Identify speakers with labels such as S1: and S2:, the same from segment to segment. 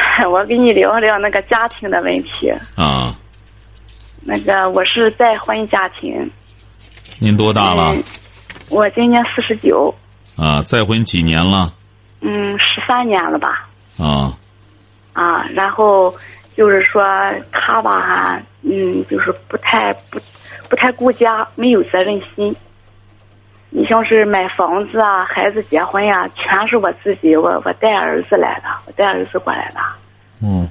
S1: 我跟你聊聊那个家庭的问题。
S2: 啊？
S1: 那个我是再婚家庭，
S2: 您多大了
S1: 嗯？我今年四十九，
S2: 啊，再婚几年了？
S1: 嗯，十三年了吧？
S2: 啊
S1: 啊，然后就是说他吧，嗯，就是不太不不太顾家，没有责任心。你像是买房子啊、孩子结婚呀、全是我自己，我我带儿子来的，我带儿子过来的。
S2: 嗯，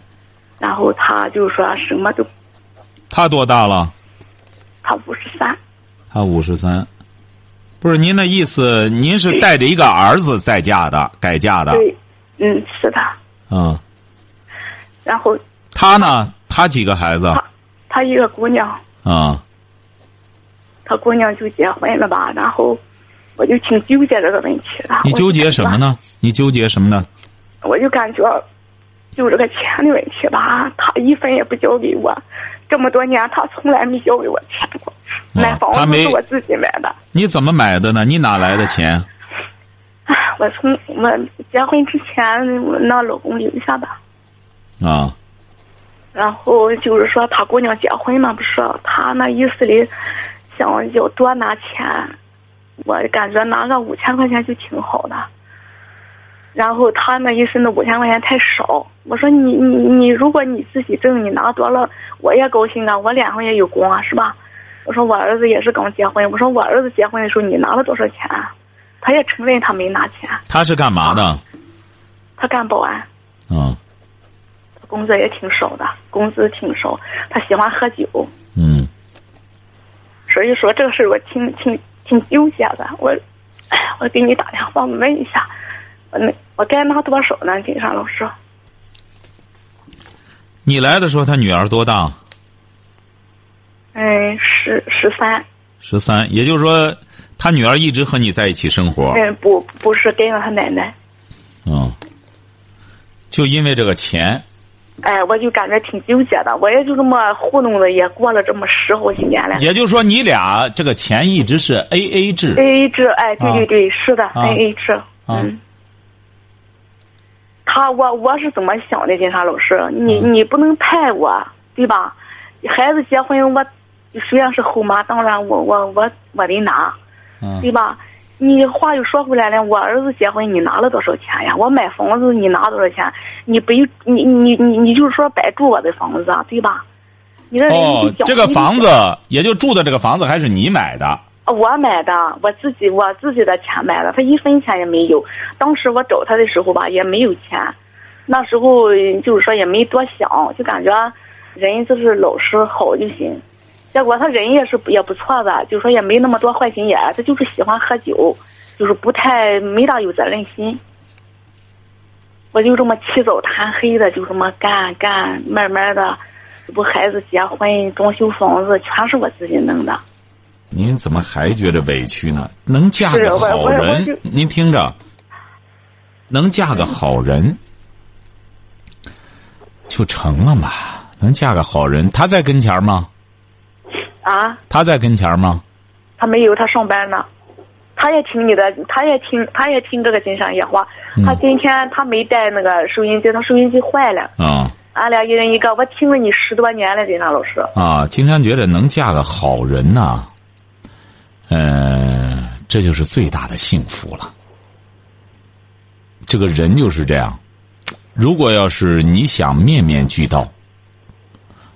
S1: 然后他就说什么都，
S2: 他多大了？
S1: 他五十三，
S2: 他五十三。不是您的意思，您是带着一个儿子再嫁的，改嫁的
S1: 对，嗯，是的。
S2: 啊？
S1: 然后
S2: 他呢？他几个孩子
S1: 他他一个姑娘，
S2: 啊？
S1: 他姑娘就结婚了吧，然后我就挺纠结这个问题的。
S2: 你纠结什么呢？你纠结什么呢？
S1: 我就感觉，就这个钱的问题吧，他一分也不交给我，这么多年他从来没交给我钱过。
S2: 哦
S1: 买房
S2: 他
S1: 子
S2: 没
S1: 是我自己买的，
S2: 你怎么买的呢？你哪来的钱？
S1: 唉我从我结婚之前我让老公留下的。
S2: 啊
S1: 然后就是说他姑娘结婚嘛，不是他那意思里想要多拿钱，我感觉拿个五千块钱就挺好的。然后他那意思那五千块钱太少，我说你你你，如果你自己挣，你拿多了我也高兴啊，我脸上也有光啊，是吧？我说我儿子也是刚结婚，我说我儿子结婚的时候你拿了多少钱啊？他也承认他没拿钱，
S2: 他是干嘛的？
S1: 他干保安。
S2: 啊，
S1: 工作也挺少的，工资挺少。他喜欢喝酒，
S2: 嗯，
S1: 所以说这个事儿我挺挺挺纠结的。我， 哎我给你打电话问一下，我那我该拿多少呢？金山老师，
S2: 你来的时候他女儿多大？
S1: 嗯，十十三，
S2: 十三，也就是说，他女儿一直和你在一起生活。
S1: 嗯，不不是跟着他奶奶，
S2: 嗯，就因为这个钱，
S1: 哎，我就感觉挺纠结的。我也就这么糊弄的，也过了这么十好几年了。
S2: 也就是说你俩这个钱一直是 A A 制
S1: A A 制，哎，对
S2: 啊
S1: 对对，是的
S2: 啊
S1: ，A A 制，
S2: 啊
S1: 嗯。他我我是怎么想的，金山老师，你
S2: 嗯
S1: 你不能派我，对吧？孩子结婚，我虽然是后妈，当然我我我我得拿，
S2: 嗯
S1: 对吧？你话又说回来了，我儿子结婚，你拿了多少钱呀？我买房子，你拿多少钱？你不一你你你你就是说白住我的房子，啊对吧？你这人
S2: 哦
S1: 你得，讲
S2: 这个
S1: 你得
S2: 房子也就住的这个房子还是你买的
S1: 我买的，我自己我自己的钱买的，他一分钱也没有。当时我找他的时候吧，也没有钱，那时候呃就是说也没多想，就感觉人就是老实好就行。结果他人也是也不错的，就说也没那么多坏心眼儿，他就是喜欢喝酒，就是不太没大有责任心。我就这么起早贪黑的，就这么干干，慢慢的，这不孩子结婚、装修房子，全是我自己弄的。
S2: 您怎么还觉得委屈呢？能嫁
S1: 是
S2: 个
S1: 我
S2: 好
S1: 我我就
S2: 人，您听着，啊能嫁个好人就成了嘛？能嫁个好人，他在跟前吗？
S1: 啊，
S2: 他在跟前吗？
S1: 他没有，他上班呢。他也听你的，他也听，他也听这个金山夜话。
S2: 嗯
S1: 他今天他没带那个收音机，他收音机坏了。
S2: 啊、
S1: 俺俩一人一个，我听了你十多年了，金山老师。
S2: 啊，金山觉得能嫁个好人呐、呃，这就是最大的幸福了。这个人就是这样，如果要是你想面面俱到，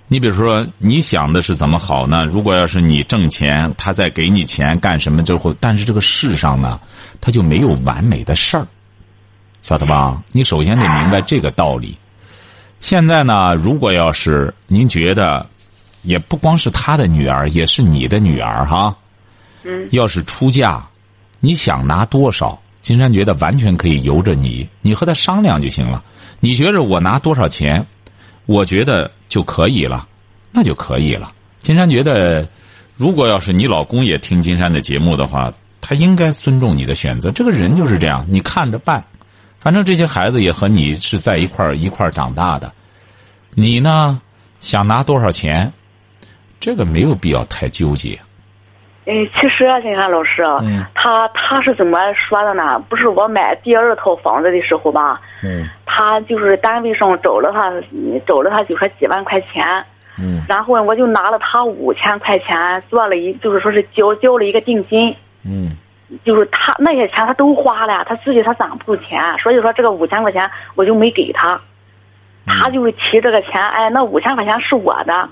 S2: 你比如说你想的是怎么好呢？如果要是你挣钱，他再给你钱干什么之后，但是这个世上呢，他就没有完美的事儿，晓得吧？你首先得明白这个道理。现在呢，如果要是您觉得也不光是他的女儿，也是你的女儿哈。
S1: 嗯。
S2: 要是出嫁，你想拿多少？金山觉得完全可以由着你，你和他商量就行了。你觉着我拿多少钱，我觉得就可以了。那就可以了。金山觉得，如果要是你老公也听金山的节目的话，他应该尊重你的选择。这个人就是这样，你看着办。反正这些孩子也和你是在一块儿一块儿长大的，你呢想拿多少钱，这个没有必要太纠结。
S1: 嗯，其实啊，金山老师啊，
S2: 嗯
S1: 他他是怎么说的呢？不是我买第二套房子的时候吧，
S2: 嗯
S1: 他就是单位上找了他，嗯找了他就说几万块钱，
S2: 嗯
S1: 然后我就拿了他五千块钱做了一，就是说是交交了一个定金，
S2: 嗯
S1: 就是他那些钱他都花了，他自己他攒不住钱，所以说这个五千块钱我就没给他，
S2: 嗯
S1: 他就是提这个钱，哎，那五千块钱是我的，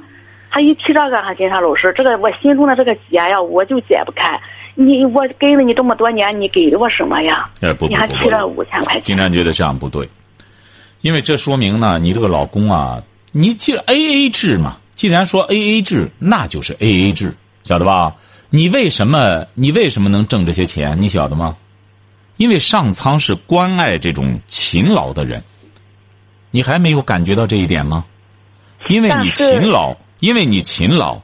S1: 他一提这个，哈，金山老师，这个我心中的这个结呀，我就解不开。你我跟了你这么多年，你给了我什么呀？
S2: 哎不不
S1: 你还
S2: 不不
S1: 提了五千块
S2: 金
S1: 钱？
S2: 山觉得这样不对，因为这说明呢，你这个老公啊，你既 A A 制嘛，既然说 A A 制，那就是 A A 制，晓得吧？你为什么你为什么能挣这些钱？你晓得吗？因为上苍是关爱这种勤劳的人，你还没有感觉到这一点吗？因为你
S1: 但是
S2: 勤劳，因为你勤劳，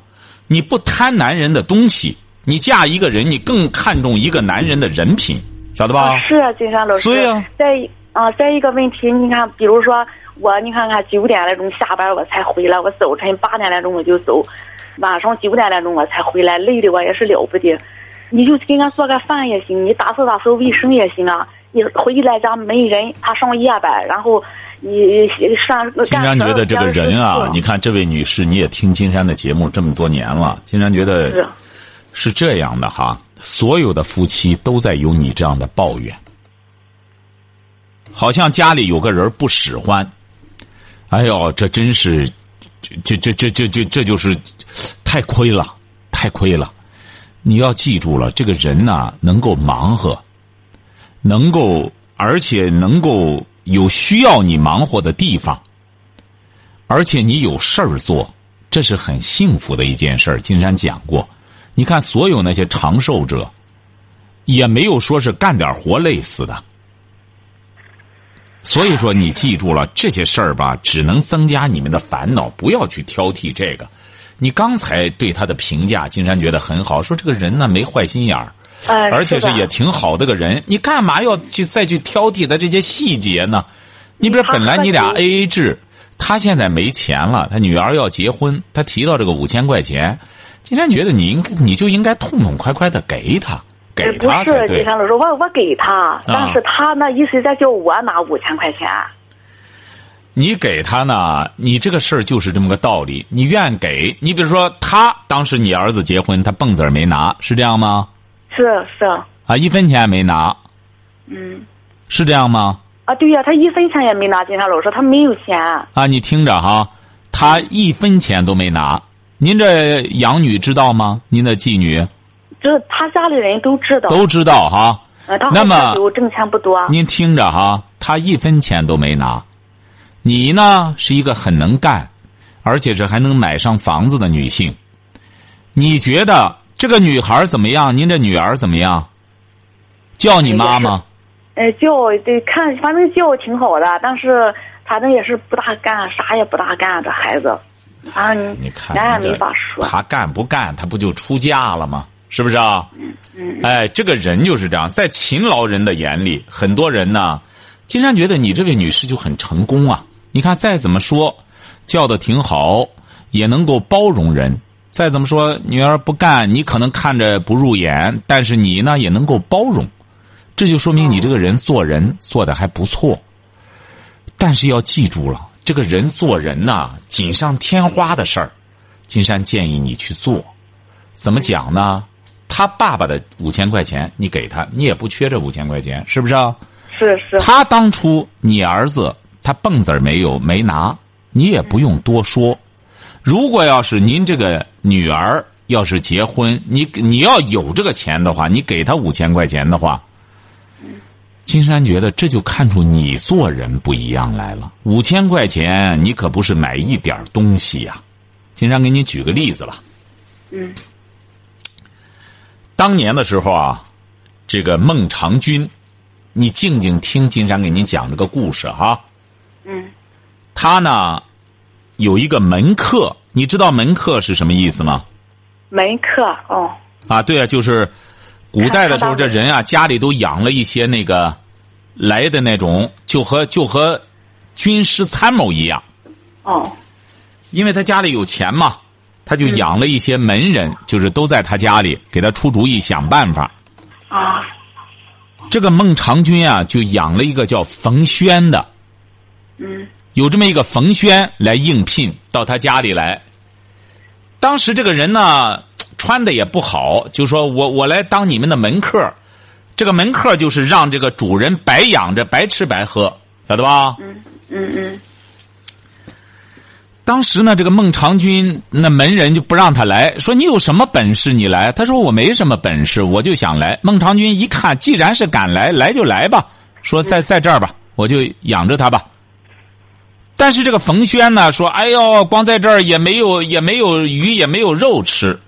S2: 你不贪男人的东西，你嫁一个人，你更看重一个男人的人品，晓得吧？
S1: 啊是啊，金山老师。
S2: 所以啊
S1: 再一啊，再一个问题，你看，比如说我，你看看九点来钟下班我才回来，我早晨八点来钟我就走，晚上九点来钟我才回来，累的我也是了不得。你就给俺做个饭也行，你打扫打扫卫生也行啊。你回来家没人，他上夜班，然后你上
S2: 金山觉得这个人啊，你
S1: 看
S2: 看这位女士，你也听金山的节目这么多年了，金山觉
S1: 是啊
S2: 得是这样的哈，所有的夫妻都在有你这样的抱怨，好像家里有个人不使唤，哎呦，这真是，这这这这这这就是太亏了，太亏了。你要记住了，这个人呐、能够忙活，能够而且能够有需要你忙活的地方，而且你有事儿做，这是很幸福的一件事儿。金山讲过，你看所有那些长寿者，也没有说是干点活累死的。所以说，你记住了这些事儿吧，只能增加你们的烦恼，不要去挑剔这个。你刚才对他的评价，金山觉得很好，说这个人呢没坏心眼儿，
S1: 哎
S2: 而且
S1: 是
S2: 是
S1: 的
S2: 也挺好的个人，你干嘛要去再去挑剔他这些细节呢？你比如
S1: 他
S2: 本来你俩
S1: 他
S2: A A 制，他现在没钱了，他女儿要结婚，他提到这个五千块钱，金山觉得你应该你就应该痛痛快快的给他，
S1: 呃
S2: 给
S1: 不
S2: 他才
S1: 是金
S2: 对。啊
S1: 山老师，我我给他，但是他那一直在叫我拿五千块钱。
S2: 你给他呢，你这个事儿就是这么个道理。你愿给，你比如说他当时你儿子结婚，他蹦子儿没拿，是这样吗？
S1: 是是，
S2: 啊，一分钱也没拿，
S1: 嗯。
S2: 是这样吗？
S1: 啊，对呀、他一分钱也没拿。金山老师，他没有钱。
S2: 啊，你听着哈，他一分钱都没拿。您这养女知道吗？您的妓女
S1: 这他家里人都知道，
S2: 都知道哈。
S1: 呃，他
S2: 那么
S1: 好像有挣钱不多，
S2: 您听着哈，他一分钱都没拿。你呢是一个很能干，而且是还能买上房子的女性。你觉得这个女孩怎么样？您这女儿怎么样？叫你妈
S1: 也
S2: 吗？
S1: 呃，叫对看，反正叫挺好的，但是反正也是不大干，啥也不大干，这孩子，啊，
S2: 你看，
S1: 咱
S2: 你
S1: 也
S2: 这
S1: 没法说。
S2: 他干不干，他不就出家了吗？是不是啊？
S1: 嗯
S2: 哎，这个人就是这样，在勤劳人的眼里，很多人呢，金山觉得你这位女士就很成功啊。你看，再怎么说，教的挺好，也能够包容人。再怎么说，女儿不干，你可能看着不入眼，但是你呢也能够包容，这就说明你这个人做人做的还不错。但是要记住了，这个人做人呐、锦上添花的事儿，金山建议你去做。怎么讲呢？他爸爸的五千块钱你给他，你也不缺这五千块钱，是不是、啊？
S1: 是是，
S2: 他当初你儿子他蹦子儿没有没拿，你也不用多说。如果要是您这个女儿要是结婚，你你要有这个钱的话，你给她五千块钱的话，金山觉得这就看出你做人不一样来了。五千块钱你可不是买一点儿东西呀、金山给你举个例子了。
S1: 嗯
S2: 当年的时候啊，这个孟尝君，你静静听金山给您讲这个故事哈、
S1: 嗯
S2: 他呢有一个门客你知道门客是什么意思吗？
S1: 门客哦，
S2: 啊，对啊，就是古代的时候，
S1: 看看到
S2: 这
S1: 了
S2: 人啊家里都养了一些那个来的那种，就和就和军师参谋一样，
S1: 哦，
S2: 因为他家里有钱嘛，他就养了一些门人，就是都在他家里给他出主意、想办法。
S1: 啊，
S2: 这个孟尝君啊，就养了一个叫冯轩的，
S1: 嗯，
S2: 有这么一个冯轩来应聘到他家里来。当时这个人呢，穿的也不好，就说我我来当你们的门客，这个门客就是让这个主人白养着，白吃白喝，晓得吧？
S1: 嗯嗯，
S2: 当时呢，这个孟尝君那门人就不让他来，说你有什么本事你来？他说我没什么本事，我就想来。孟尝君一看，既然是敢来，来就来吧。说在在这儿吧，我就养着他吧。但是这个冯轩呢，说哎呦，光在这儿也没有也没有鱼也没有肉吃。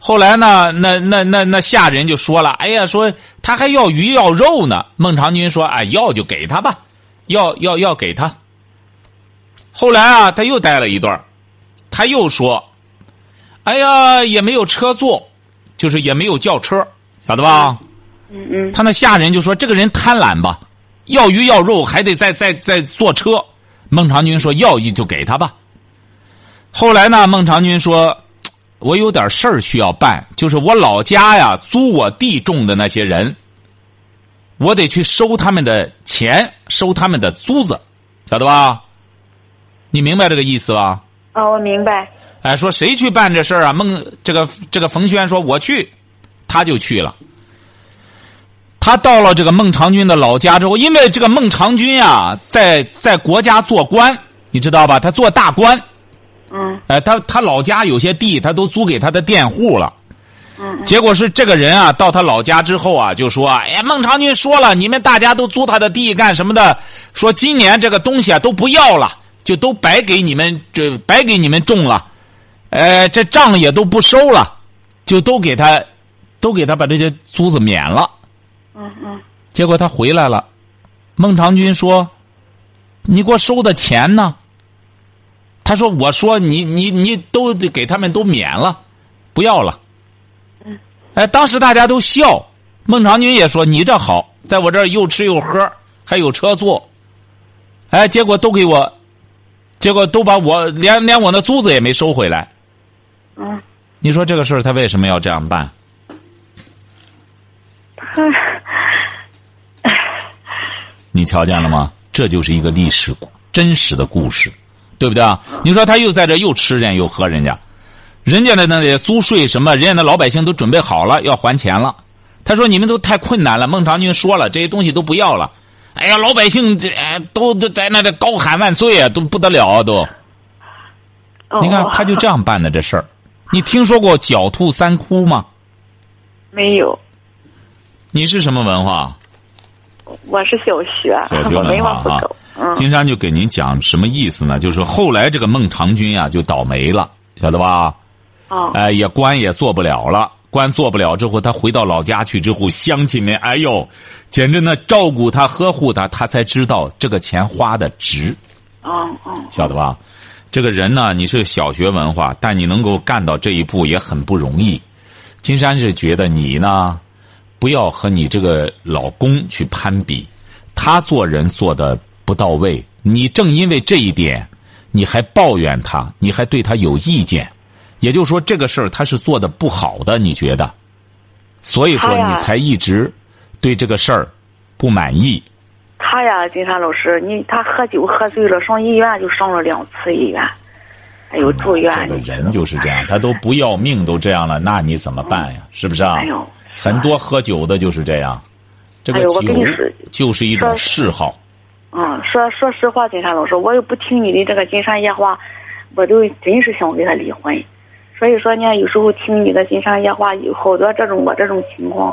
S2: 后来呢，那那那那下人就说了，哎呀，说他还要鱼要肉呢。孟尝君说，哎，要就给他吧，要要要给他。后来啊，他又待了一段儿他又说：“哎呀，也没有车坐，就是也没有轿车，晓得吧？”
S1: 嗯嗯，
S2: 他那下人就说：“这个人贪婪吧，要鱼要肉，还得再再再坐车。”孟尝君说：“要鱼就给他吧。”后来呢，孟尝君说：“我有点事儿需要办，就是我老家呀租我地种的那些人，我得去收他们的钱，收他们的租子，晓得吧？你明白这个意思吧？”
S1: 哦，我明白，
S2: 哎，说谁去办这事儿啊？孟这个这个冯轩说我去，他就去了。他到了这个孟尝君的老家之后，因为这个孟尝君啊，在在国家做官，你知道吧？他做大官，
S1: 嗯
S2: 哎，他他老家有些地，他都租给他的佃户了。
S1: 嗯
S2: 结果是这个人啊，到他老家之后啊，就说：“哎呀，孟尝君说了，你们大家都租他的地干什么的？说今年这个东西啊都不要了，就都白给你们这白给你们种了，呃，这账也都不收了，就都给他，都给他把这些租子免了。
S1: 嗯嗯，
S2: 结果他回来了，孟尝君说：“你给我收的钱呢？”他说：“我说你你你都得给他们都免了，不要了。”哎，当时大家都笑，孟尝君也说：“你这好，在我这儿又吃又喝，还有车坐。”哎，结果都给我，结果都把我连连我那租子也没收回来。
S1: 嗯，
S2: 你说这个事儿他为什么要这样办？
S1: 他，
S2: 你瞧见了吗？这就是一个历史故真实的故事，对不对啊？你说他又在这又吃人家又喝人家，人家的那些租税什么，人家的老百姓都准备好了要还钱了。他说你们都太困难了，孟尝君说了这些东西都不要了。哎呀，老百姓这、哎都都在那里高喊万岁啊，都不得了、啊、都。
S1: 哦
S2: 你看他就这样办的这事儿，你听说过狡兔三窟吗？
S1: 没有，
S2: 你是什么文化？
S1: 我是小学，
S2: 小学
S1: 我没
S2: 文化
S1: 往
S2: 哈
S1: 回走，嗯
S2: 金山就给您讲什么意思呢？就是说后来这个孟尝君啊就倒霉了，晓得吧？
S1: 哦，
S2: 哎，也官也做不了了，官做不了之后，他回到老家去之后，乡亲们，哎呦，简直呢照顾他、呵护他，他才知道这个钱花的值，
S1: 哦哦，
S2: 晓得吧？这个人呢，你是小学文化，但你能够干到这一步也很不容易。金山是觉得你呢，不要和你这个老公去攀比，他做人做的不到位，你正因为这一点，你还抱怨他，你还对他有意见，也就是说这个事儿他是做的不好的，你觉得？所以说
S1: 他呀
S2: 你才一直对这个事儿不满意。
S1: 他呀，金山老师，你他喝酒喝醉了，上医院就上了两次医院，哎呦住院，
S2: 这个
S1: 你知道
S2: 人就是这样，他都不要命都这样了，那你怎么办呀？是不是啊？
S1: 哎呦是啊
S2: 很多喝酒的就是这样，这个
S1: 哎呦我
S2: 酒
S1: 跟你说
S2: 就是一种
S1: 说
S2: 嗜好。
S1: 嗯，说说实话，金山老师，我又不听你的这个金山夜话，我都真是想跟他离婚。所以说呢，有时候听你的金山夜话，有好多这种我这种情况，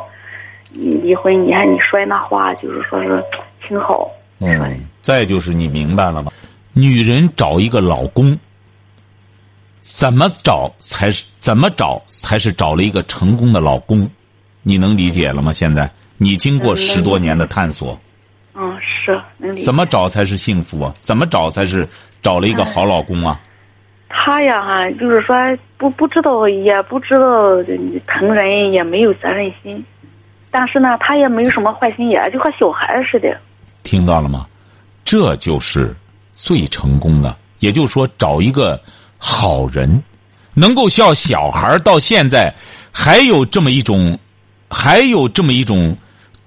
S1: 你离婚，你看你说那话，就是说是挺好。
S2: 嗯，再就是你明白了吗？女人找一个老公，怎么找才是怎么找才是找了一个成功的老公？你能理解了吗？现在你经过
S1: 嗯
S2: 十多年的探索，
S1: 嗯，是能理解嗯
S2: 怎么找才是幸福啊？怎么找才是找了一个好老公啊？
S1: 他呀哈，就是说不不知道，也不知道嗯疼人，也没有责任心，但是呢，他也没有什么坏心眼，就和小孩似的。
S2: 听到了吗？这就是最成功的，也就是说，找一个好人，能够像小孩儿到现在还有这么一种，还有这么一种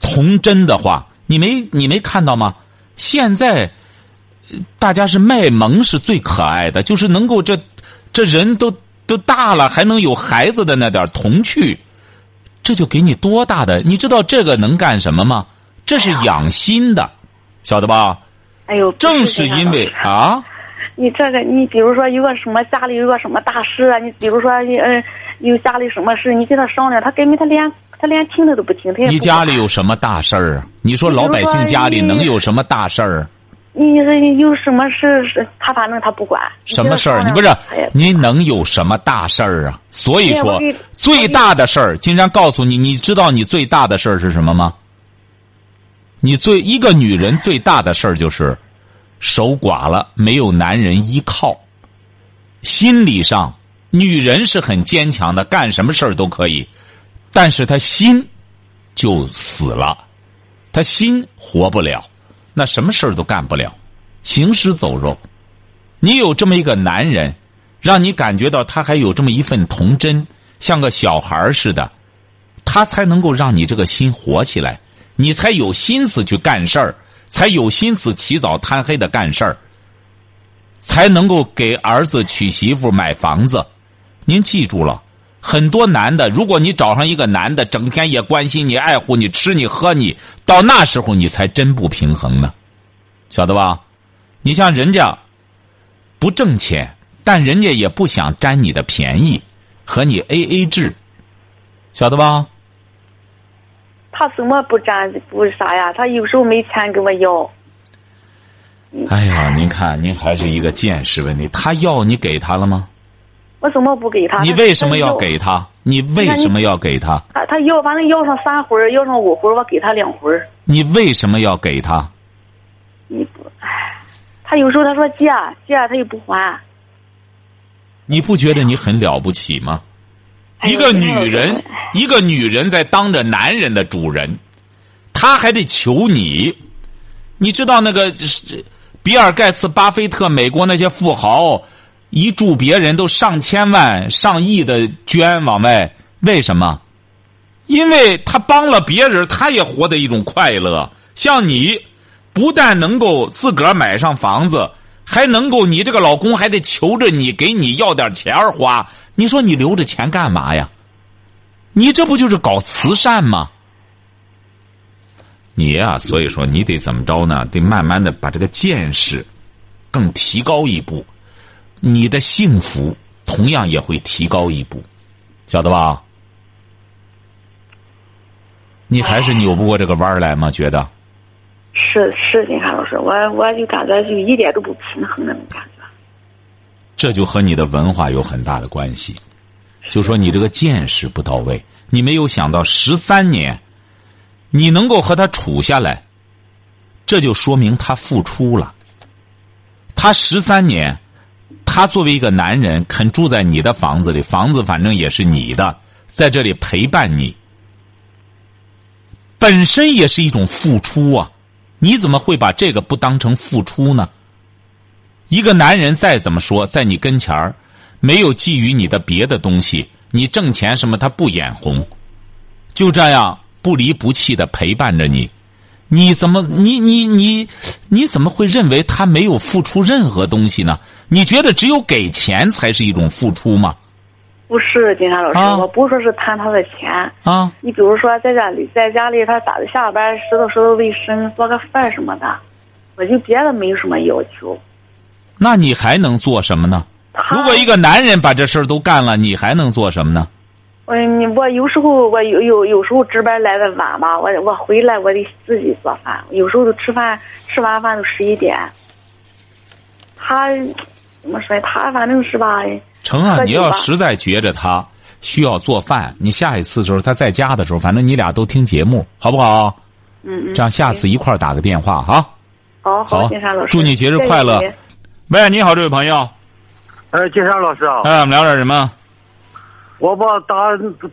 S2: 童真的话，你没你没看到吗？现在呃大家是卖萌是最可爱的，就是能够这这人都都大了还能有孩子的那点儿童趣，这就给你多大的？你知道这个能干什么吗？这是养心的，晓得吧？
S1: 哎呦，不
S2: 正
S1: 是
S2: 是
S1: 这样
S2: 因
S1: 的
S2: 为啊，
S1: 你这个，你比如说有个什么家里有个什么大事啊，你比如说你嗯、有家里什么事，你跟他商量，他根本他连他连听他都不听，他也不
S2: 你家里有什么大事儿啊？你说老百姓家里能有什么大事儿？
S1: 你你有什么事是他反正他不管
S2: 什么事儿？你不是您能有什么大事儿啊？所以
S1: 哎呀我
S2: 说
S1: 给，
S2: 最大的事儿，金山告诉你，你知道你最大的事儿是什么吗？你最一个女人最大的事儿就是，守寡了，没有男人依靠。心理上，女人是很坚强的，干什么事儿都可以，但是她心就死了，她心活不了，那什么事儿都干不了，行尸走肉。你有这么一个男人，让你感觉到他还有这么一份童真，像个小孩儿似的，他才能够让你这个心活起来，你才有心思去干事儿，才有心思起早贪黑的干事儿，才能够给儿子娶媳妇、买房子。您记住了，很多男的，如果你找上一个男的，整天也关心你、爱护你、吃你、喝你，到那时候你才真不平衡呢，晓得吧？你像人家不挣钱，但人家也不想占你的便宜，和你 A A 制，晓得吧？
S1: 他怎么不占不啥呀？他有时候没钱跟我要，
S2: 哎呀，您看，您还是一个见识问题。他要你给他了吗？
S1: 我怎么不给他？
S2: 你
S1: 他
S2: 为什么要？给啊他？你为什么要给他？
S1: 他他要反正要上三回儿，要上五回儿，我给他两回儿。
S2: 你为什么要给他？
S1: 你不，唉，他有时候他说借借他又不还。
S2: 你不觉得你很了不起吗？
S1: 哎呦
S2: 一个
S1: 真的
S2: 女人，一个女人在当着男人的主人，她还得求你。你知道那个是比尔盖茨、巴菲特，美国那些富豪一助别人都上千万、上亿的捐往外，为什么？因为他帮了别人，他也活得一种快乐。像你，不但能够自个儿买上房子，还能够你这个老公还得求着你给你要点钱儿花。你说你留着钱干嘛呀？你这不就是搞慈善吗？你呀、所以说你得怎么着呢？得慢慢的把这个见识更提高一步，你的幸福同样也会提高一步，晓得吧？你还是扭不过这个弯儿来吗？觉得？
S1: 是是，你看老师，我我就感觉就一点都不平衡那种感觉。
S2: 这就和你的文化有很大的关系。就说你这个见识不到位，你没有想到十三年，你能够和他处下来，这就说明他付出了。他十三年，他作为一个男人，肯住在你的房子里，房子反正也是你的，在这里陪伴你，本身也是一种付出啊！你怎么会把这个不当成付出呢？一个男人再怎么说，在你跟前儿，没有觊觎你的别的东西，你挣钱什么他不眼红，就这样不离不弃的陪伴着你，你怎么你你你你怎么会认为他没有付出任何东西呢？你觉得只有给钱才是一种付出吗？
S1: 不是，金山老师，
S2: 啊
S1: 我不是说是贪他的钱。
S2: 啊，
S1: 你比如说在家里，在家里他打着下班拾掇拾掇卫生，做个饭什么的，我就别的没有什么要求。
S2: 那你还能做什么呢？
S1: 他
S2: 如果一个男人把这事儿都干了，你还能做什么呢？
S1: 嗯，你我有时候我有有有时候值班来的晚吧，我我回来我得自己做饭，有时候都吃饭吃完饭都十一点。他怎么说呀？他反正是吧，
S2: 成啊
S1: 喝，酒
S2: 你要
S1: 吧
S2: 实在觉着他需要做饭，你下一次的时候他在家的时候，反正你俩都听节目，好不好？
S1: 嗯嗯。
S2: 这样下次一块儿打个电话哈。
S1: 好
S2: 好
S1: 金山老师，
S2: 祝你节日快乐
S1: 谢谢你
S2: 喂，你好，这位朋友，
S3: 哎，金山老师啊，
S2: 哎，我们聊点什么？
S3: 我吧打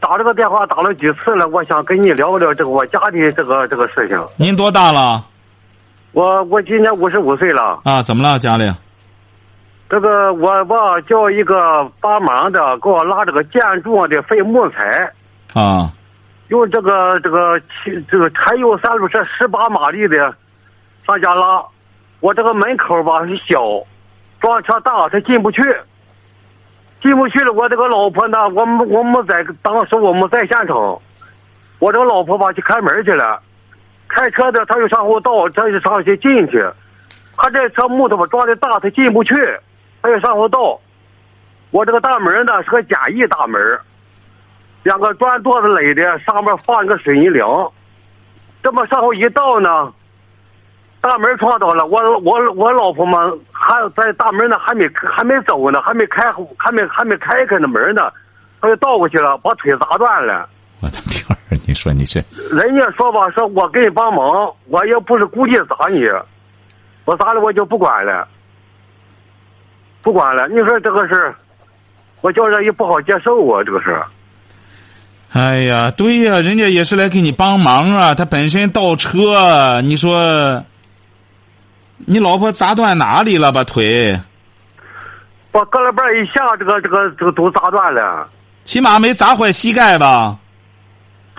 S3: 打这个电话打了几次了，我想跟你聊聊这个我家里这个这个事情。
S2: 您多大了？
S3: 我我今年五十五岁了，
S2: 啊，怎么了，家里？
S3: 这个我吧叫一个帮忙的给我拉这个建筑的废木材，
S2: 啊，
S3: 用这个这个汽这个柴油三轮车十八马力的上家拉。我这个门口吧是小，装车大，他进不去。进不去了，我这个老婆呢，我没我没在，当时我没在现场。我这个老婆吧去开门去了，开车的他就上后道，他就上去进去。他这车木头吧装的大，他进不去，他就上后道。我这个大门呢是个简易大门，两个砖垛子垒的，上面放一个水泥梁。这么上后一倒呢，大门撞倒了。我我我老婆嘛还在大门呢，还没还没走呢，还没开还没还没开开那门呢，他就倒过去了，把腿砸断了。
S2: 我的天儿，你说你这，
S3: 人家说吧，说我给你帮忙，我又不是故意砸你，我砸了我就不管了，不管了。你说这个事儿，我叫人也不好接受啊，这个事儿。
S2: 哎呀，对呀，人家也是来给你帮忙啊，他本身倒车，你说，你老婆砸断哪里了吧腿？
S3: 把胳肋绊一下，这个这个这个都砸断了，
S2: 起码没砸坏膝盖吧？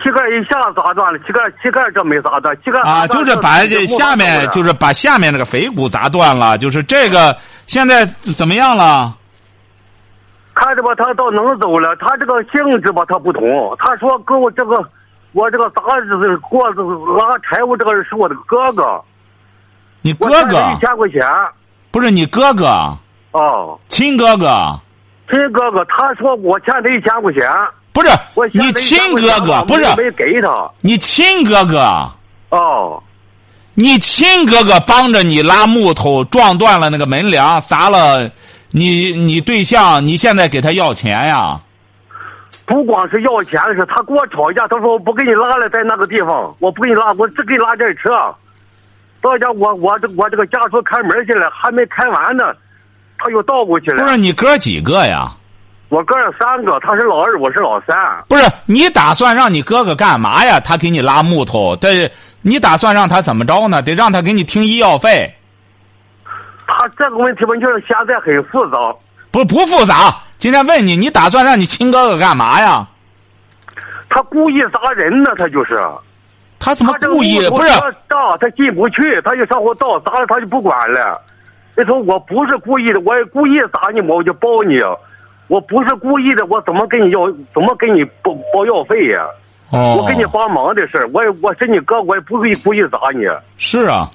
S3: 膝盖一下砸断了，膝盖膝盖这没砸断，膝盖
S2: 啊，就是把这下
S3: 啊
S2: 面就是把下面那个腓骨砸断了，就是这个现在怎么样了？
S3: 看着吧，他倒能走了。他这个性质吧，他不同。他说跟我这个，我这个砸子过拉柴火这个是我的哥哥，
S2: 你
S3: 我
S2: 哥
S3: 欠
S2: 哥
S3: 他一千块钱
S2: 不是你哥哥，
S3: 哦，
S2: 亲哥哥
S3: 亲哥哥，他说我欠他一千块钱，
S2: 不是
S3: 我欠
S2: 你
S3: 他
S2: 亲
S3: 1000块
S2: 哥
S3: 钱
S2: 哥，
S3: 我
S2: 不是
S3: 没给他
S2: 你亲哥哥，
S3: 哦，
S2: 你亲哥哥帮着你拉木头，撞断了那个门梁，砸了你你对象，你现在给他要钱呀？
S3: 不光是要钱的事，他跟我吵架，他说我不给你拉了，在那个地方，我不给你拉，我只给你拉这车。到家我我这我这个家属开门去了，还没开完呢，他又倒过去
S2: 不
S3: 了。
S2: 是你哥几个呀？
S3: 我哥儿三个，他是老二，我是老三。
S2: 不是你打算让你哥哥干嘛呀？他给你拉木头，这你打算让他怎么着呢？得让他给你听医药费，
S3: 他这个问题吧，就是现在很复杂。
S2: 不不复杂。今天问你，你打算让你亲哥哥干嘛呀？
S3: 他故意砸人呢，他就是。
S2: 他怎么
S3: 他这个
S2: 故意？
S3: 路
S2: 不是，
S3: 他大，他进不去，他就上后道砸了，他就不管了。你说我不是故意的，我也故意砸你，我就包你。我不是故意的，我怎么跟你要，怎么跟你包包药费呀、
S2: 哦
S3: 我给你帮忙的事儿我也我是你哥，我也不会故意砸你。
S2: 是啊，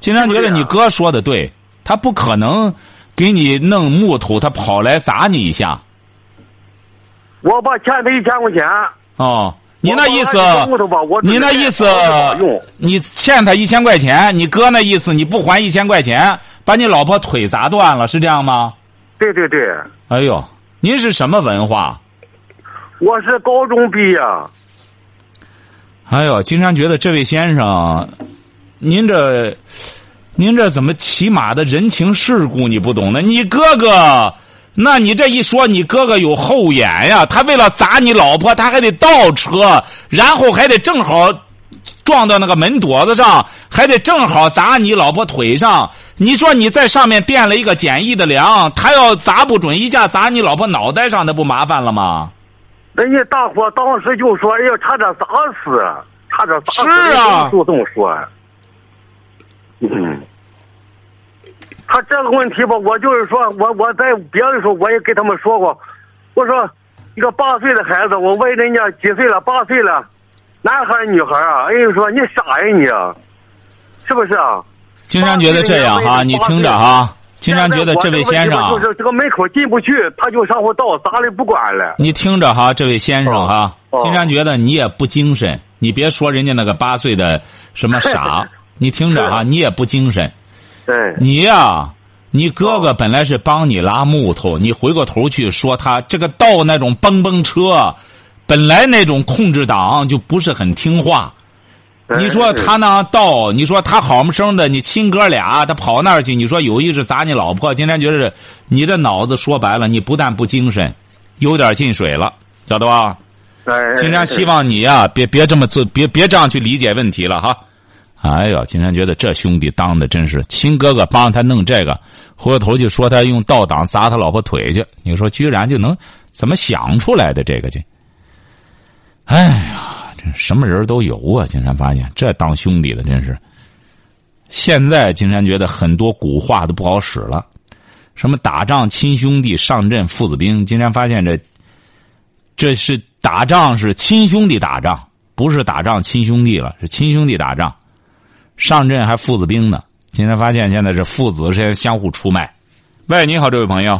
S2: 金山觉得你哥说的对，他不可能给你弄木头，他跑来砸你一下。
S3: 我吧欠他一千块钱，
S2: 哦，你那意思
S3: 我把他这木头吧我，只是
S2: 你那意思
S3: 我只是用，
S2: 你欠他一千块钱，你哥那意思你不还一千块钱，把你老婆腿砸断了，是这样吗？
S3: 对对对，
S2: 哎呦，您是什么文化？
S3: 我是高中毕业，
S2: 哎呦，金山觉得这位先生，您这，您这怎么起码的人情世故你不懂呢？你哥哥，那你这一说，你哥哥有后眼呀、他为了砸你老婆，他还得倒车，然后还得正好撞到那个门垛子上，还得正好砸你老婆腿上。你说你在上面垫了一个简易的梁，他要砸不准，一下砸你老婆脑袋上，那不麻烦了吗？
S3: 人家大伙当时就说：“哎呀，差点砸死，啊差点砸死。”
S2: 是啊
S3: 就这么说。嗯，他这个问题吧，我就是说我我在别的时候我也给他们说过，我说一个八岁的孩子，我问人家几岁了，八岁了，男孩儿女孩儿啊？人家说你傻呀你，啊是不是啊？
S2: 金山觉得这样
S3: 哦
S2: 哈、你听着哈、金山觉得这位先生啊，
S3: 就是这个门口进不去，他就上后道砸了不管了。
S2: 你听着哈，这位先生哈，
S3: 哦哦
S2: 金山觉得你也不精神，你别说人家那个八岁的什么 傻，你听着哈，
S3: 是
S2: 你也不精神，
S3: 对，
S2: 你呀、你哥哥本来是帮你拉木头，你回过头去说他这个倒那种蹦蹦车，本来那种控制档就不是很听话，
S3: 哎
S2: 你说他那道，你说他好么生的，你亲哥俩，他跑那儿去，你说有意是砸你老婆。今天觉得你这脑子说白了，你不但不精神，有点进水了，晓得吧？
S3: 哎，
S2: 金山希望你呀、别别这么做，别别这样去理解问题了哈。哎呦，金山觉得这兄弟当的真是亲哥哥帮他弄这个，回过头就说他用倒档砸他老婆腿去，你说居然就能怎么想出来的这个去？哎呀，这什么人都有啊！金山发现这当兄弟的真是。现在金山觉得很多古话都不好使了，什么打仗亲兄弟，上阵父子兵。金山发现这这是打仗是亲兄弟打仗，不是打仗亲兄弟了，是亲兄弟打仗，上阵还父子兵呢。今天发现现在是父子之间相互出卖。喂，你好，这位朋友，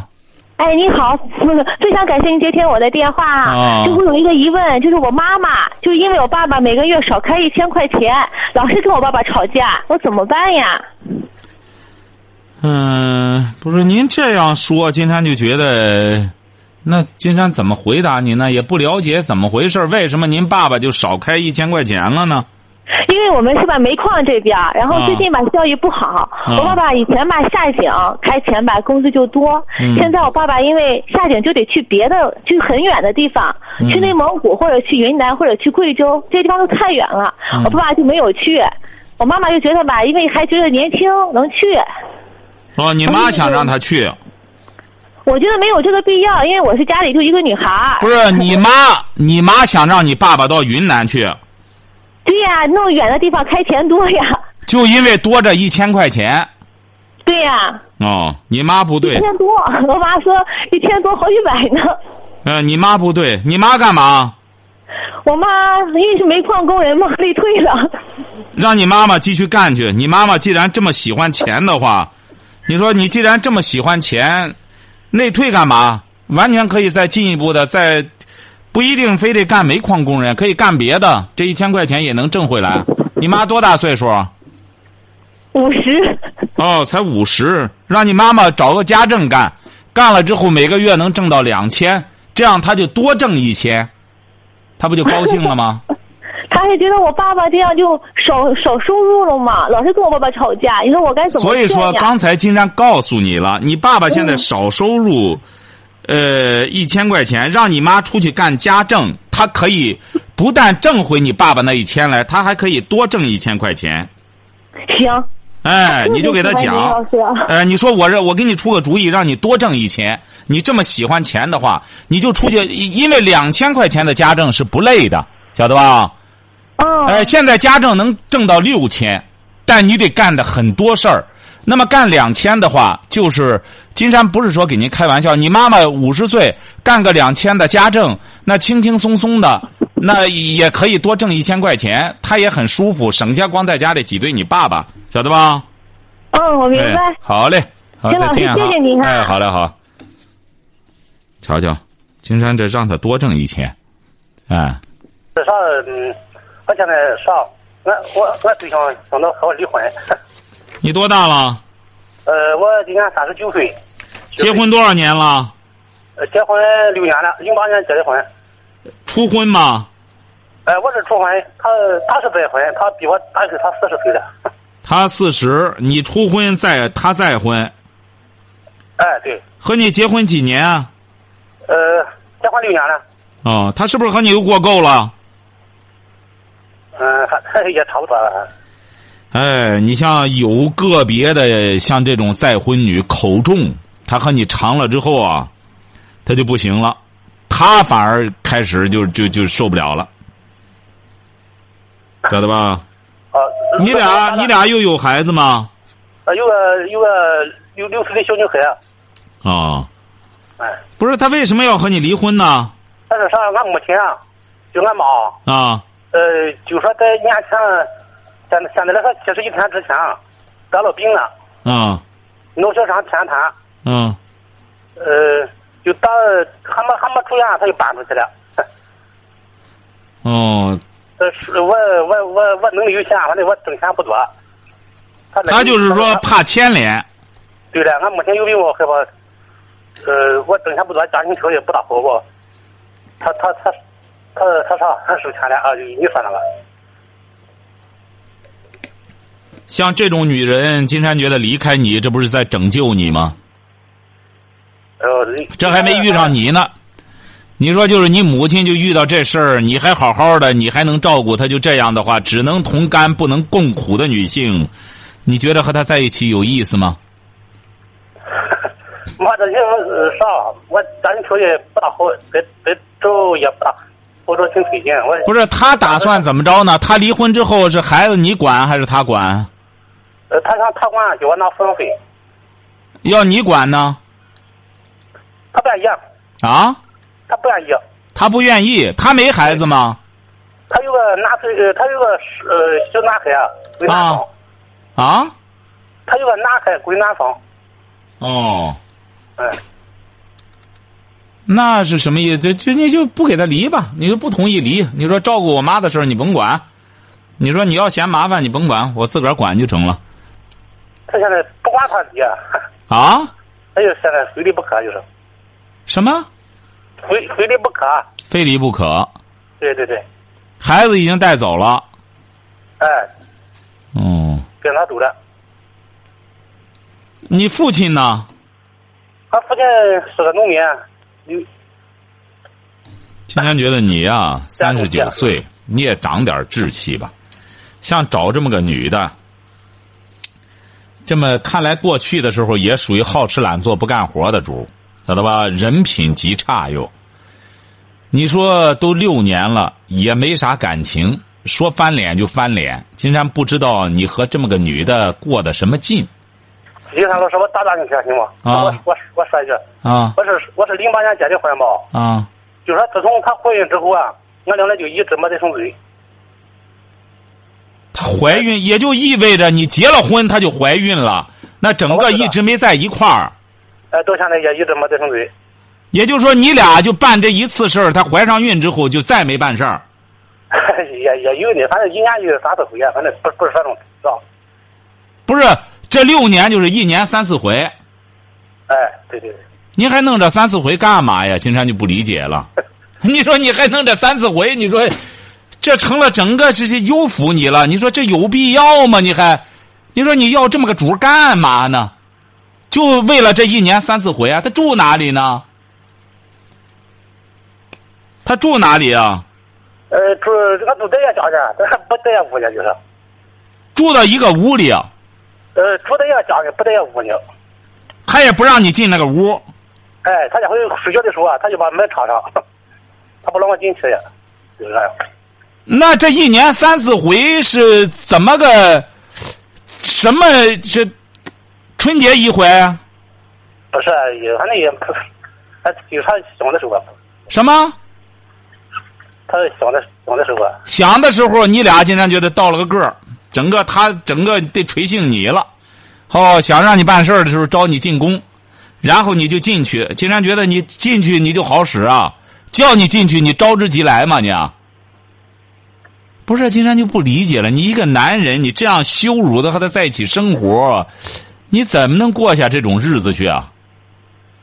S4: 哎，你好，那个非常感谢您接听我的电话
S2: 啊
S4: 就是有一个疑问，就是我妈妈，就是因为我爸爸每个月少开一千块钱，老是跟我爸爸吵架，我怎么办呀？
S2: 嗯，不是您这样说，金山就觉得，那金山怎么回答您呢？也不了解怎么回事，为什么您爸爸就少开一千块钱了呢？
S4: 因为我们是吧煤矿这边儿，然后
S2: 啊
S4: 最近吧教育不好，我爸爸以前吧下井开钱吧工资就多，
S2: 嗯
S4: 现在我爸爸因为下井就得去别的去很远的地方，
S2: 嗯
S4: 去内蒙古或者去云南或者去贵州，这些地方都太远了，
S2: 嗯
S4: 我爸爸就没有去，我妈妈就觉得吧，因为还觉得年轻能去，
S2: 哦，你妈想让他去，
S4: 我觉得没有这个必要，因为我是家里就一个女孩儿。
S2: 不是你妈，你妈想让你爸爸到云南去，
S4: 对呀、弄远的地方开钱多呀。
S2: 就因为多这一千块钱。
S4: 对呀、
S2: 哦，你妈不
S4: 一
S2: 对，
S4: 千多，我妈说一千多好几百呢。
S2: 呃，你妈不对，你妈干嘛？
S4: 我妈因为是煤矿工人嘛，被退了。
S2: 让你妈妈继续干去。你妈妈既然这么喜欢钱的话，你说你既然这么喜欢钱，内退干嘛？完全可以再进一步的，再不一定非得干煤矿工人，可以干别的，这一千块钱也能挣回来。你妈多大岁数啊？
S4: 五十，
S2: 哦，才五十，让你妈妈找个家政干，干了之后每个月能挣到两千，这样她就多挣一千，她不就高兴了吗？
S4: 她还觉得我爸爸这样就少少收入了嘛，老是跟我爸爸吵架，你说我该怎么
S2: 所以说，
S4: 劝呀嗯
S2: 刚才金山告诉你了，你爸爸现在少收入，呃，一千块钱，让你妈出去干家政，她可以不但挣回你爸爸那一千来，她还可以多挣一千块钱。
S4: 行，
S2: 哎，
S4: 特别
S2: 你就给他
S4: 喜
S2: 讲
S4: 欢您老师，
S2: 呃，你说我这，我给你出个主意，让你多挣一千。你这么喜欢钱的话，你就出去，因因为两千块钱的家政是不累的，晓得吧？
S4: 嗯，
S2: 哎，现在家政能挣到六千，但你得干的很多事儿。那么干两千的话，就是金山不是说给您开玩笑，你妈妈五十岁干个两千的家政，那轻轻松松的，那也可以多挣一千块钱，她也很舒服，省下光在家里挤兑你爸爸，晓得吧？
S4: 嗯，我明
S2: 哎，
S4: 白。
S2: 好嘞，好，
S4: 金
S2: 再
S4: 老师
S2: 见哈
S4: 谢谢您啊
S2: 哎，好嘞，好。瞧瞧，金山这让他多挣一千，哎，
S5: 是啥？嗯，我现在啥？俺我我对象想到和我离婚，
S2: 你多大了？
S5: 呃，我今年三十九岁，
S2: 结婚多少年了？
S5: 呃结婚六年了，零八年结的婚。
S2: 初婚吗？
S5: 哎、我是初婚，他他是再婚，他比我大一岁，他四十岁了。
S2: 他四十，你初婚再他再婚，
S5: 哎，对，
S2: 和你结婚几年啊？
S5: 呃，结婚六年了，
S2: 哦，他是不是和你又过够了？
S5: 嗯、还也差不多了。
S2: 哎，你像有个别的像这种再婚女口重，她和你长了之后啊，她就不行了，她反而开始就就就受不了了，晓得吧？
S5: 啊，
S2: 你俩你俩又有孩子吗？
S5: 呃有个有个六六岁的小女孩，
S2: 啊、
S5: 哎，
S2: 不是，她为什么要和你离婚呢？
S5: 但是啥？俺母亲啊，就俺妈啊，
S2: 啊，
S5: 呃，就说在年前，现在现在来说七十一天之前啊，得了病了，
S2: 啊，
S5: 脑血栓偏瘫，
S2: 啊，
S5: 呃，就当还没还没出院，他就搬出去了。
S2: 哦，
S5: 呃，是我我我我能力有限，反正我挣钱不多。他那
S2: 她就是说怕牵连。
S5: 对了，俺目前有病我害怕，呃，我挣钱不多，家庭条件不大好我。他他他他他啥？他收钱了啊？你说那个？
S2: 像这种女人，金山觉得离开你，这不是在拯救你吗？
S5: 呃，
S2: 这还没遇上你呢。你说就是你母亲就遇到这事儿，你还好好的，你还能照顾她，就这样的话，只能同甘不能共苦的女性，你觉得和她在一起有意思吗？
S5: 我这人是啥？我咱出去不大好，这这走也不大，不走挺费劲。我
S2: 不是她打算怎么着呢？她离婚之后是孩子你管还是她管？
S5: 呃，他想他管给我拿抚养费，
S2: 要你管呢？
S5: 他不愿意，
S2: 啊？
S5: 他不愿意。
S2: 她不愿意，她没孩子吗？
S5: 他有个男孩，呃，他有个呃小男孩啊，归男
S2: 啊
S5: 方。
S2: 啊？
S5: 他有个男孩归男方，
S2: 哦，
S5: 嗯，
S2: 那是什么意思？就就你就不给她离吧，你就不同意离。你说照顾我妈的事儿你甭管，你说你要嫌麻烦你甭管，我自个儿管就成了
S5: 他现在不管他爹，
S2: 啊？
S5: 他就现在非离不可，就是
S2: 什么？
S5: 非非离不可。
S2: 非离不可？
S5: 对对对，
S2: 孩子已经带走了。
S5: 哎，
S2: 嗯，
S5: 跟他走了。
S2: 你父亲呢？
S5: 俺父亲是个农民，有
S2: 青山觉得你呀、三十
S5: 家
S2: 九
S5: 属
S2: 岁，你也长点志气吧。像找这么个女的，这么看来，过去的时候也属于好吃懒做不干活的主，晓得吧？人品极差哟。你说都六年了，也没啥感情，说翻脸就翻脸。金山不知道你和这么个女的过的什么劲
S5: 金山老师，我打断你一下行吗？
S2: 啊
S5: 我我我说一句，
S2: 啊
S5: 我是我是零八年结的婚吧，
S2: 啊！
S5: 就说自从她怀孕之后啊，俺两人就一直没再生子。
S2: 她怀孕，也就意味着你结了婚，她就怀孕了，那整
S5: 我
S2: 个
S5: 知道
S2: 一直没在一块儿。
S5: 哎，到现在也一直没再生子。
S2: 也就是说，你俩就办这一次事儿，她怀上孕之后就再没办事儿。
S5: 也也有呢，反正一年有三四回啊，反正不不是说种，是吧？
S2: 不是，这六年就是一年三四回，
S5: 哎，对对对，
S2: 您还弄这三四回干嘛呀？金山就不理解了。 你说你还弄这三四回，你说这成了整个这些优抚你了，你说这有必要吗？你还，你说你要这么个主儿干嘛呢？就为了这一年三四回啊？他住哪里呢？他住哪里啊？
S5: 呃，住俺住在家家去，但啊 不在家屋呢，就是，
S2: 住到一个屋里，啊，
S5: 呃，住在家家去，不在家屋呢。
S2: 他也不让你进那个屋。
S5: 哎，他这回睡觉的时候啊，他就把门插上，他不让我进去呀，就是啊这样。
S2: 那这一年三四回是怎么个？什么这春节一回，啊
S5: 不是，啊也反正也不，他有他想的时候啊，
S2: 什么
S5: 他想的想的时候啊，
S2: 想的时候，你俩竟然觉得到了个个儿，整个他整个得垂性你了。哦，想让你办事儿的时候招你进宫，然后你就进去，竟然觉得你进去你就好使啊！叫你进去，你招之即来嘛你、啊。不是，金山就不理解了。你一个男人，你这样羞辱的和他在一起生活，你怎么能过下这种日子去啊？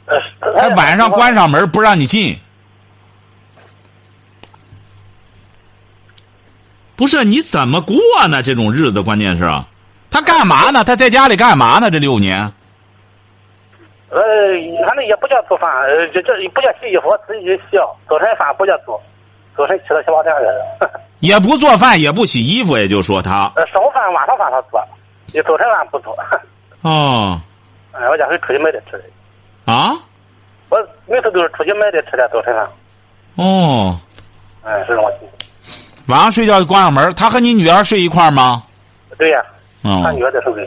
S5: 呃，
S2: 他晚上关上门不让你进。不是你怎么过呢？这种日子，关键是啊，他干嘛呢？他在家里干嘛呢？这六年
S5: 呃，反正也不叫做饭，呃，这这也不叫洗衣服，自己洗。早晨饭不叫做，早晨起来七八点的，
S2: 也不做饭，也不洗衣服，也就说他
S5: 呃，晌午饭、晚上饭他做，你早晨饭不做。
S2: 哦
S5: 哎，我家是出去买的吃的，
S2: 啊
S5: 我每次都是出去买的吃的早晨饭。
S2: 哦，
S5: 哎，是这么情况
S2: 晚上睡觉就关上门。他和你女儿睡一块儿吗？
S5: 对呀、
S2: 哦
S5: 他，女儿在手里，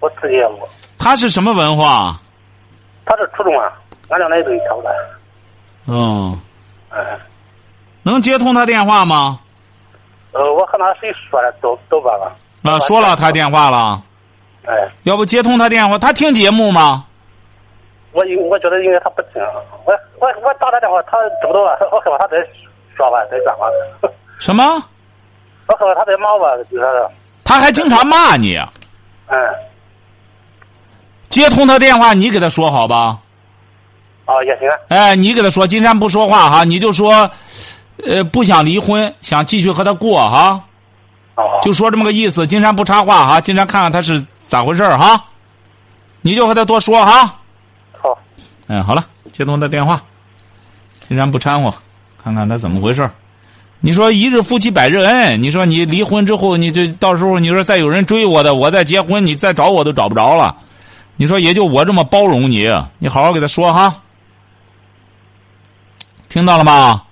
S5: 我自己也无。
S2: 他是什么文化？
S5: 他是初中啊，俺俩那都差不多。
S2: 嗯，
S5: 嗯，
S2: 能接通他电话吗？
S5: 呃，我和那谁说了，都都完了。
S2: 啊，说了他电话了，
S5: 哎，
S2: 要不接通他电话？他听节目吗？
S5: 我应我觉得应该他不听，我我我打他电话，他知不道啊， 我害怕他再说吧，再转吧，
S2: 什么？
S5: 我害怕他再骂吧，就说是，
S2: 他还经常骂你。啊
S5: 嗯，
S2: 接通他电话，你给他说好吧？
S5: 啊也行啊，
S2: 哎，你给他说，金山不说话哈，你就说，呃，不想离婚，想继续和他过哈。
S5: 哦，
S2: 就说这么个意思。金山不插话哈，金山看看他是咋回事儿哈，你就和他多说哈。
S5: 好，
S2: 嗯，好了，接通他电话。金山不掺和，看看他怎么回事儿你说一日夫妻百日恩，你说你离婚之后，你就到时候你说再有人追我的，我再结婚，你再找我都找不着了。你说也就我这么包容你，你好好给他说哈。听到了吗？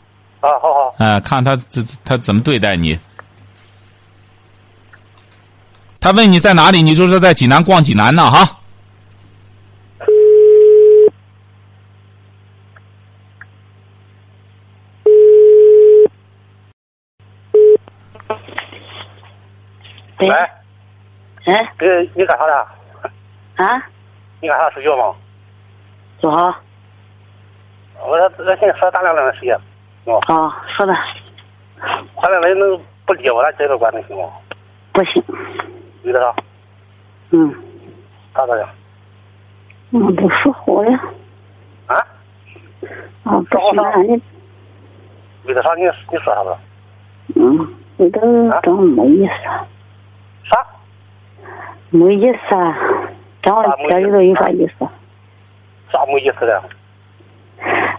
S5: 啊，好好，
S2: 哎、看他怎他怎么对待你。他问你在哪里，你就说在济南逛济南呢哈。
S5: 喂，
S6: 喂，哎
S5: 呃，你干啥的？
S6: 啊，
S5: 你干啥睡觉吗？
S6: 左豪
S5: 我说咱现在说咱俩两个谁呀？哦，
S6: 哦，说吧，
S5: 咱俩人能不理我，咱这个关系行吗？
S6: 不行，
S5: 女的啥？
S6: 嗯，
S5: 咋咋样？
S6: 我不说我呀，
S5: 啊？
S6: 啊，不行了，你，
S5: 为了啥？你你说啥子？
S6: 嗯，你都
S5: 啊
S6: 整没意思，啊
S5: 啥？
S6: 没意思啊，整了别人都有啥意思？啊
S5: 啥没意思的？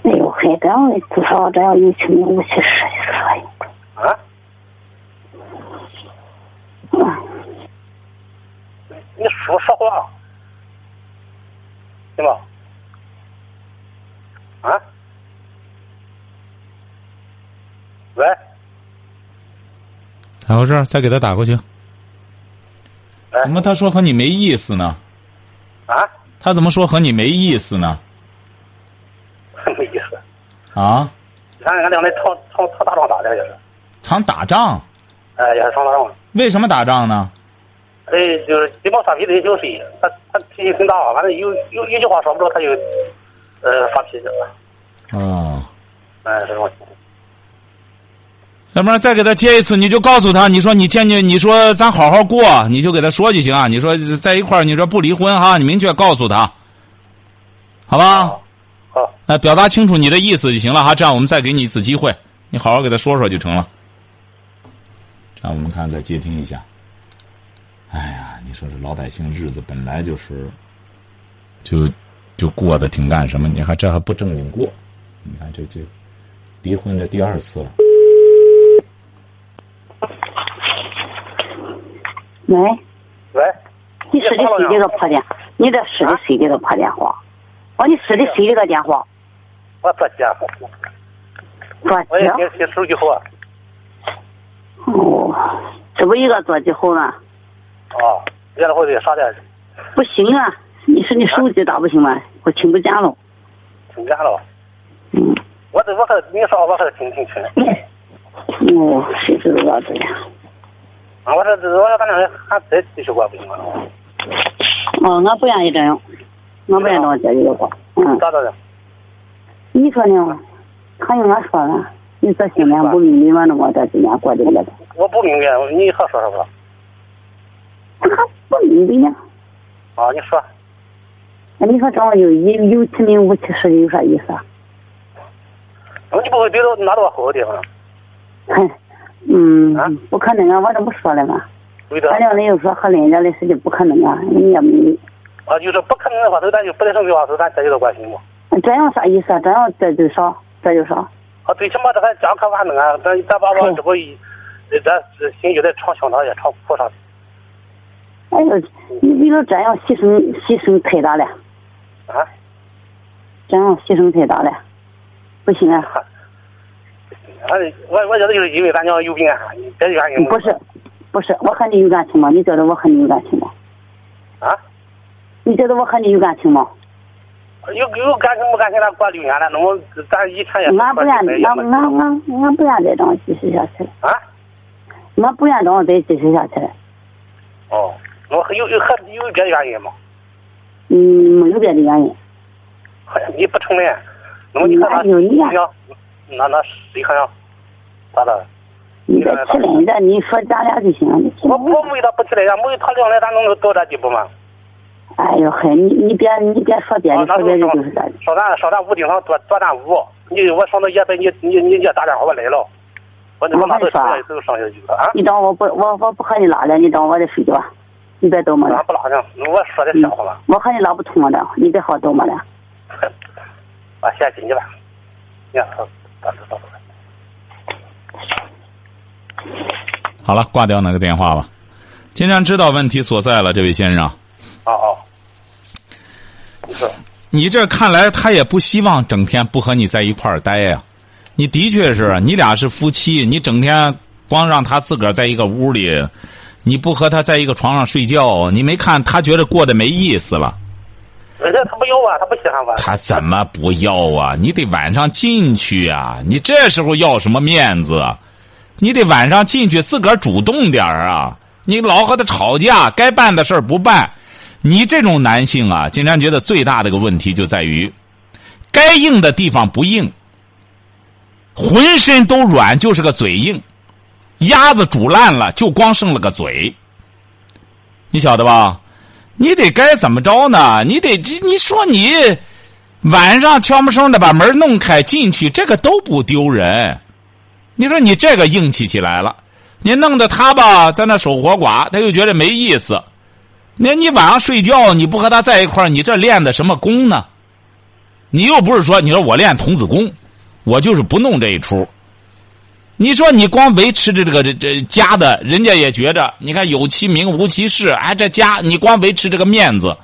S6: 哎呦，还这样的，至少这样有情无气势，说一个，
S5: 啊？
S6: 嗯，
S5: 你说实话，行吧？啊？喂，
S2: 咋回事？再给他打过去。
S5: 喂，
S2: 怎么他说和你没意思呢？
S5: 啊？
S2: 他怎么说和你没意思呢？
S5: 没意思。
S2: 啊，
S5: 俺俺两人常常常打仗打的也是，
S2: 常打仗，
S5: 哎，也是常打仗。
S2: 为什么打仗呢？
S5: 哎，就是鸡毛蒜皮的就是谁，他他脾气挺大，反正有有一句话说不着，他就呃发脾气了，
S2: 哦，
S5: 哎，这种。
S2: 要不然再给他接一次，你就告诉他，你说你见见，你说咱好好过，你就给他说就行啊。你说在一块儿，你说不离婚哈，你明确告诉他，好吧？
S5: 好，
S2: 呃，表达清楚你的意思就行了哈。这样我们再给你一次机会，你好好给他说说就成了。这样我们看再接听一下。哎呀，你说这老百姓日子本来就是，就就过得挺干什么？你看这还不正经过，你看这这离婚这第二次了。
S6: 喂，
S5: 喂，
S6: 你说的谁这个破电？你这说的谁这个破电话？哦，你说的谁这个电话？
S5: 我做姐，
S6: 多
S5: 我也
S6: 久？
S5: 听听手机号啊，
S6: 哦，这不一个多之后呢？
S5: 啊，原来我得啥的，
S6: 不行啊！你说你手机咋不行嘛？我听不见了。
S5: 听见了，
S6: 嗯，
S5: 我这我还你说我还挺挺群，
S6: 哦，谁知道这样？
S5: 啊，我说这我说咱俩人还再继续过不行吗？
S6: 哦，我不愿意这样，我不愿意让我姐姐过。嗯，
S5: 咋咋的？
S6: 你说呢？看你我说了，你这些年不明白了，我这几年过的日子，
S5: 我不明白，你还说什么？
S6: 还不明白呢？
S5: 啊，你说，
S6: 你说这么有有有其名无其实的有啥意思啊？
S5: 你不会对着拿到我好地方，
S6: 哼，嗯，不可能啊！我这不说了吗？
S5: 对的
S6: 俺。两人又说和人家的事情不可能啊，你也没。
S5: 啊，就是不可能的话，头咱就不得生的话，头咱这就的关系嘛。
S6: 这样啥意思啊？这样这就啥？这就啥？
S5: 啊，最起码这还讲可完整啊，咱咱把我这不一，咱心里在常想他也常哭上。
S6: 哎呦，你你说这样牺牲牺牲太大了，
S5: 啊，
S6: 这样牺牲太大了，不行啊！
S5: 俺哎我我觉得就是因为咱娘有病啊，别的原因
S6: 不是，不是，我和你有感情吗？你觉得我和你有感情吗？
S5: 啊，
S6: 你觉得我和你有感情吗？
S5: 有有感情没感情，咱过六年了，那么咱以前也
S6: 俺不愿，俺俺俺俺不愿再这样继续下去了，
S5: 啊，
S6: 俺不愿这样再继续下去了。
S5: 哦，我还有有还有别的原因嘛？
S6: 嗯，没有别的原因。
S5: 哎你不承认，那么你看他，那那谁看呀？咋的？
S6: 你别气人家，你说咱俩就行了。你气
S5: 我
S6: 人家
S5: 我没他不起来呀，没他两来，咱能到这地步吗？
S6: 哎呦嘿，你你别你别说别
S5: 啊，
S6: 的，
S5: 那
S6: 说别的就是
S5: 上
S6: 这样。
S5: 上咱上咱屋顶上多多站屋，你我上到夜班，你你你也打电话我来了，我你
S6: 我
S5: 们拿
S6: 跟
S5: 到手也
S6: 你说啊
S5: 是个商业机构啊，
S6: 你当我不我我不和你拉了，你当我在睡觉啊，你别逗我
S5: 俺
S6: 了。
S5: 不拉上，我说的
S6: 嗯
S5: 笑话 嘛，，
S6: 我和你拉不通了，你别好逗我了。
S5: 啊，先进去吧，你看，到时候到时候。
S2: 好了，挂掉那个电话吧。既然知道问题所在了，这位先生，
S5: 哦哦，你说，
S2: 你这看来他也不希望整天不和你在一块儿待呀、你的确是你俩是夫妻，你整天光让他自个儿在一个屋里，你不和他在一个床上睡觉，你没看他觉得过得没意思了。
S5: 人家他不要啊，他不喜欢我。
S2: 他怎么不要啊？你得晚上进去啊！你这时候要什么面子？啊？你得晚上进去，自个儿主动点儿啊！你老和他吵架，该办的事儿不办。你这种男性啊，金山觉得最大的一个问题就在于，该硬的地方不硬，浑身都软，就是个嘴硬。鸭子煮烂了，就光剩了个嘴。你晓得吧？你得该怎么着呢？你得这你说你晚上悄没声的把门弄开进去，这个都不丢人。你说你这个硬气起来了，你弄得他吧在那守活寡，他又觉得没意思。那你晚上睡觉你不和他在一块儿，你这练的什么功呢？你又不是说你说我练童子功，我就是不弄这一出。你说你光维持着这个这这家的，人家也觉着，你看有其名无其事，哎，这家你光维持这个面子，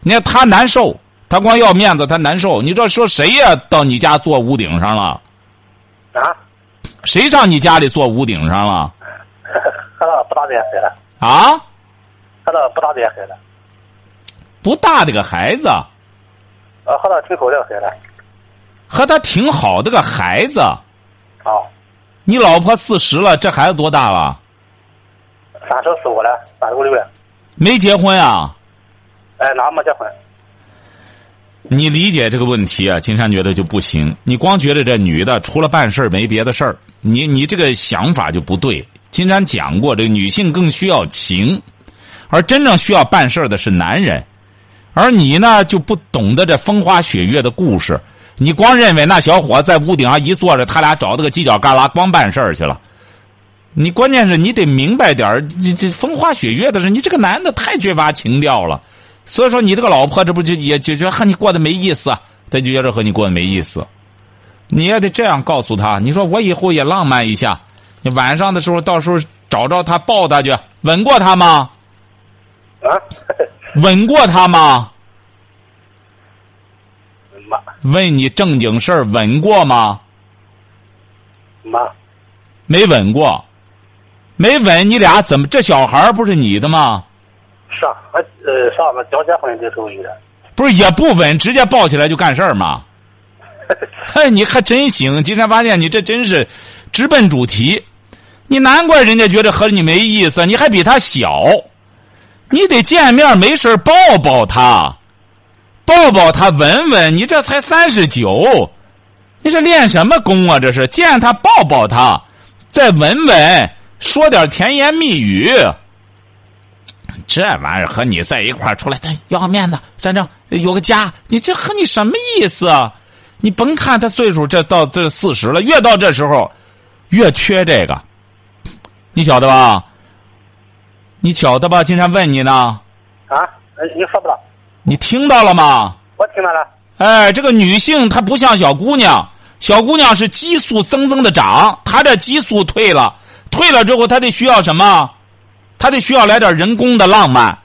S2: 你看他难受，他光要面子他难受。你这说谁呀、到你家坐屋顶上了？
S5: 啊，
S2: 谁上你家里坐屋顶上了？
S5: 喝到不大的也喝了，
S2: 啊，
S5: 喝到不大的也喝了，
S2: 不大的个孩子，
S5: 呃，喝到挺口的也喝了。
S2: 和他挺好的个孩子，
S5: 哦，
S2: 你老婆四十了，这孩子多大了？
S5: 三十四五了，三十五六了，
S2: 没结婚啊？
S5: 哎，哪没结婚？
S2: 你理解这个问题啊，金山觉得就不行。你光觉得这女的除了办事儿没别的事儿，你你这个想法就不对。金山讲过，这个女性更需要情，而真正需要办事儿的是男人，而你呢就不懂得这风花雪月的故事。你光认为那小伙在屋顶上一坐着，他俩找这个犄角旮旯光办事儿去了。你关键是你得明白点儿，这这风花雪月的事，你这个男的太缺乏情调了。所以说你这个老婆，这不就也就觉得和你过得没意思，啊，她就觉得和你过得没意思。你也得这样告诉她，你说我以后也浪漫一下，你晚上的时候到时候找着她抱她去，吻过她吗？
S5: 啊，
S2: 吻过她吗？
S5: 妈
S2: 问你正经事儿，吻过吗？
S5: 妈，
S2: 没吻过，没吻，你俩怎么？这小孩儿不是你的吗？
S5: 上俺呃上俺们刚结婚的时候有的，
S2: 不是也不吻，直接抱起来就干事儿吗？嘿，你还真行！今天发现你这真是直奔主题，你难怪人家觉得和你没意思，你还比他小，你得见面没事儿抱抱他，抱抱他闻闻，你这才三十九，你这练什么功啊？这是见他抱抱他，再闻闻，说点甜言蜜语。这玩意儿和你在一块儿出来，咱要个面子，咱这有个家，你这和你什么意思啊？你甭看他岁数这到这四十了，越到这时候，越缺这个，你晓得吧？你晓得吧？金山问你呢，
S5: 啊，呃你说不了，
S2: 你听到了吗？
S5: 我听到了，
S2: 哎，这个女性她不像小姑娘，小姑娘是激素蹭蹭的长，她这激素退了，退了之后她得需要什么？她得需要来点人工的浪漫，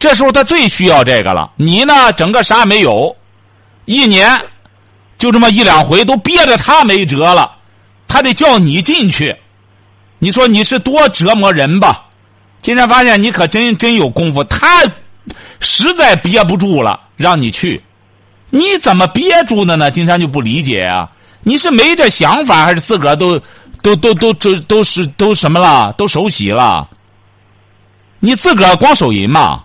S2: 这时候她最需要这个了。你呢，整个啥也没有，一年就这么一两回，都憋着她没辙了，她得叫你进去。你说你是多折磨人吧？今天发现你可真真有功夫，她实在憋不住了，让你去。你怎么憋住的呢？金山就不理解啊！你是没这想法，还是自个儿都都都都都都是都什么了？都手洗了？你自个儿光手淫嘛？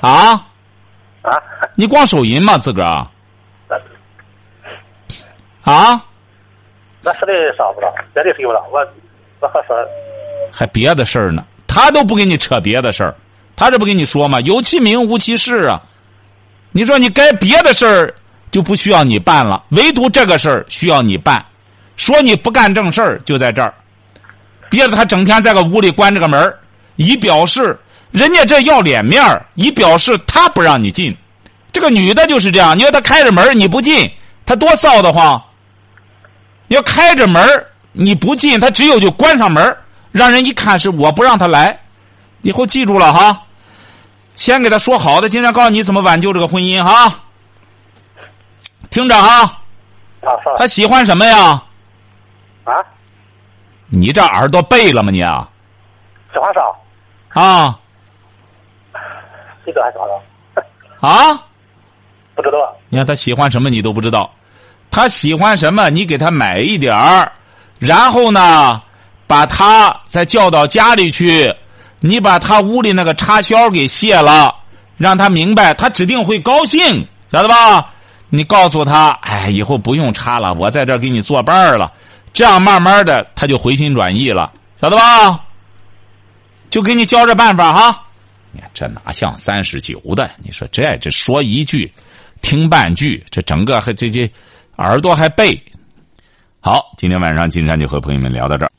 S2: 啊？
S5: 啊，
S2: 你光手淫嘛？自个儿
S5: 那
S2: 啊？
S5: 那实在上不了，别的用不了，我我和说，
S2: 还别的事儿呢？他都不跟你扯别的事儿，他这不跟你说吗？有其名无其事啊！你说你该别的事儿就不需要你办了，唯独这个事儿需要你办。说你不干正事儿就在这儿，别的他整天在个屋里关着个门儿以表示人家这要脸面儿以表示他不让你进。这个女的就是这样，你要她开着门儿你不进，她多臊得慌。要开着门儿你不进，她只有就关上门儿让人一看是我不让她来。以后记住了哈，先给她说好的，今天告诉你怎么挽救这个婚姻哈。听着哈，
S5: 啊，上
S2: 她喜欢什么呀？
S5: 啊，
S2: 你这耳朵背了吗你啊？
S5: 喜欢啥？
S2: 啊
S5: 这个还啥了？
S2: 啊！
S5: 不知道，啊
S2: 你看他喜欢什么你都不知道，他喜欢什么你给他买一点儿，然后呢，把他再叫到家里去，你把他屋里那个插销给卸了，让他明白，他指定会高兴，晓得吧？你告诉他，哎，以后不用插了，我在这儿给你作伴儿了，这样慢慢的他就回心转意了，晓得吧？就给你教这办法哈。你看这哪像三十九的？你说这这说一句，听半句，这整个还这这耳朵还背。好，今天晚上金山就和朋友们聊到这儿。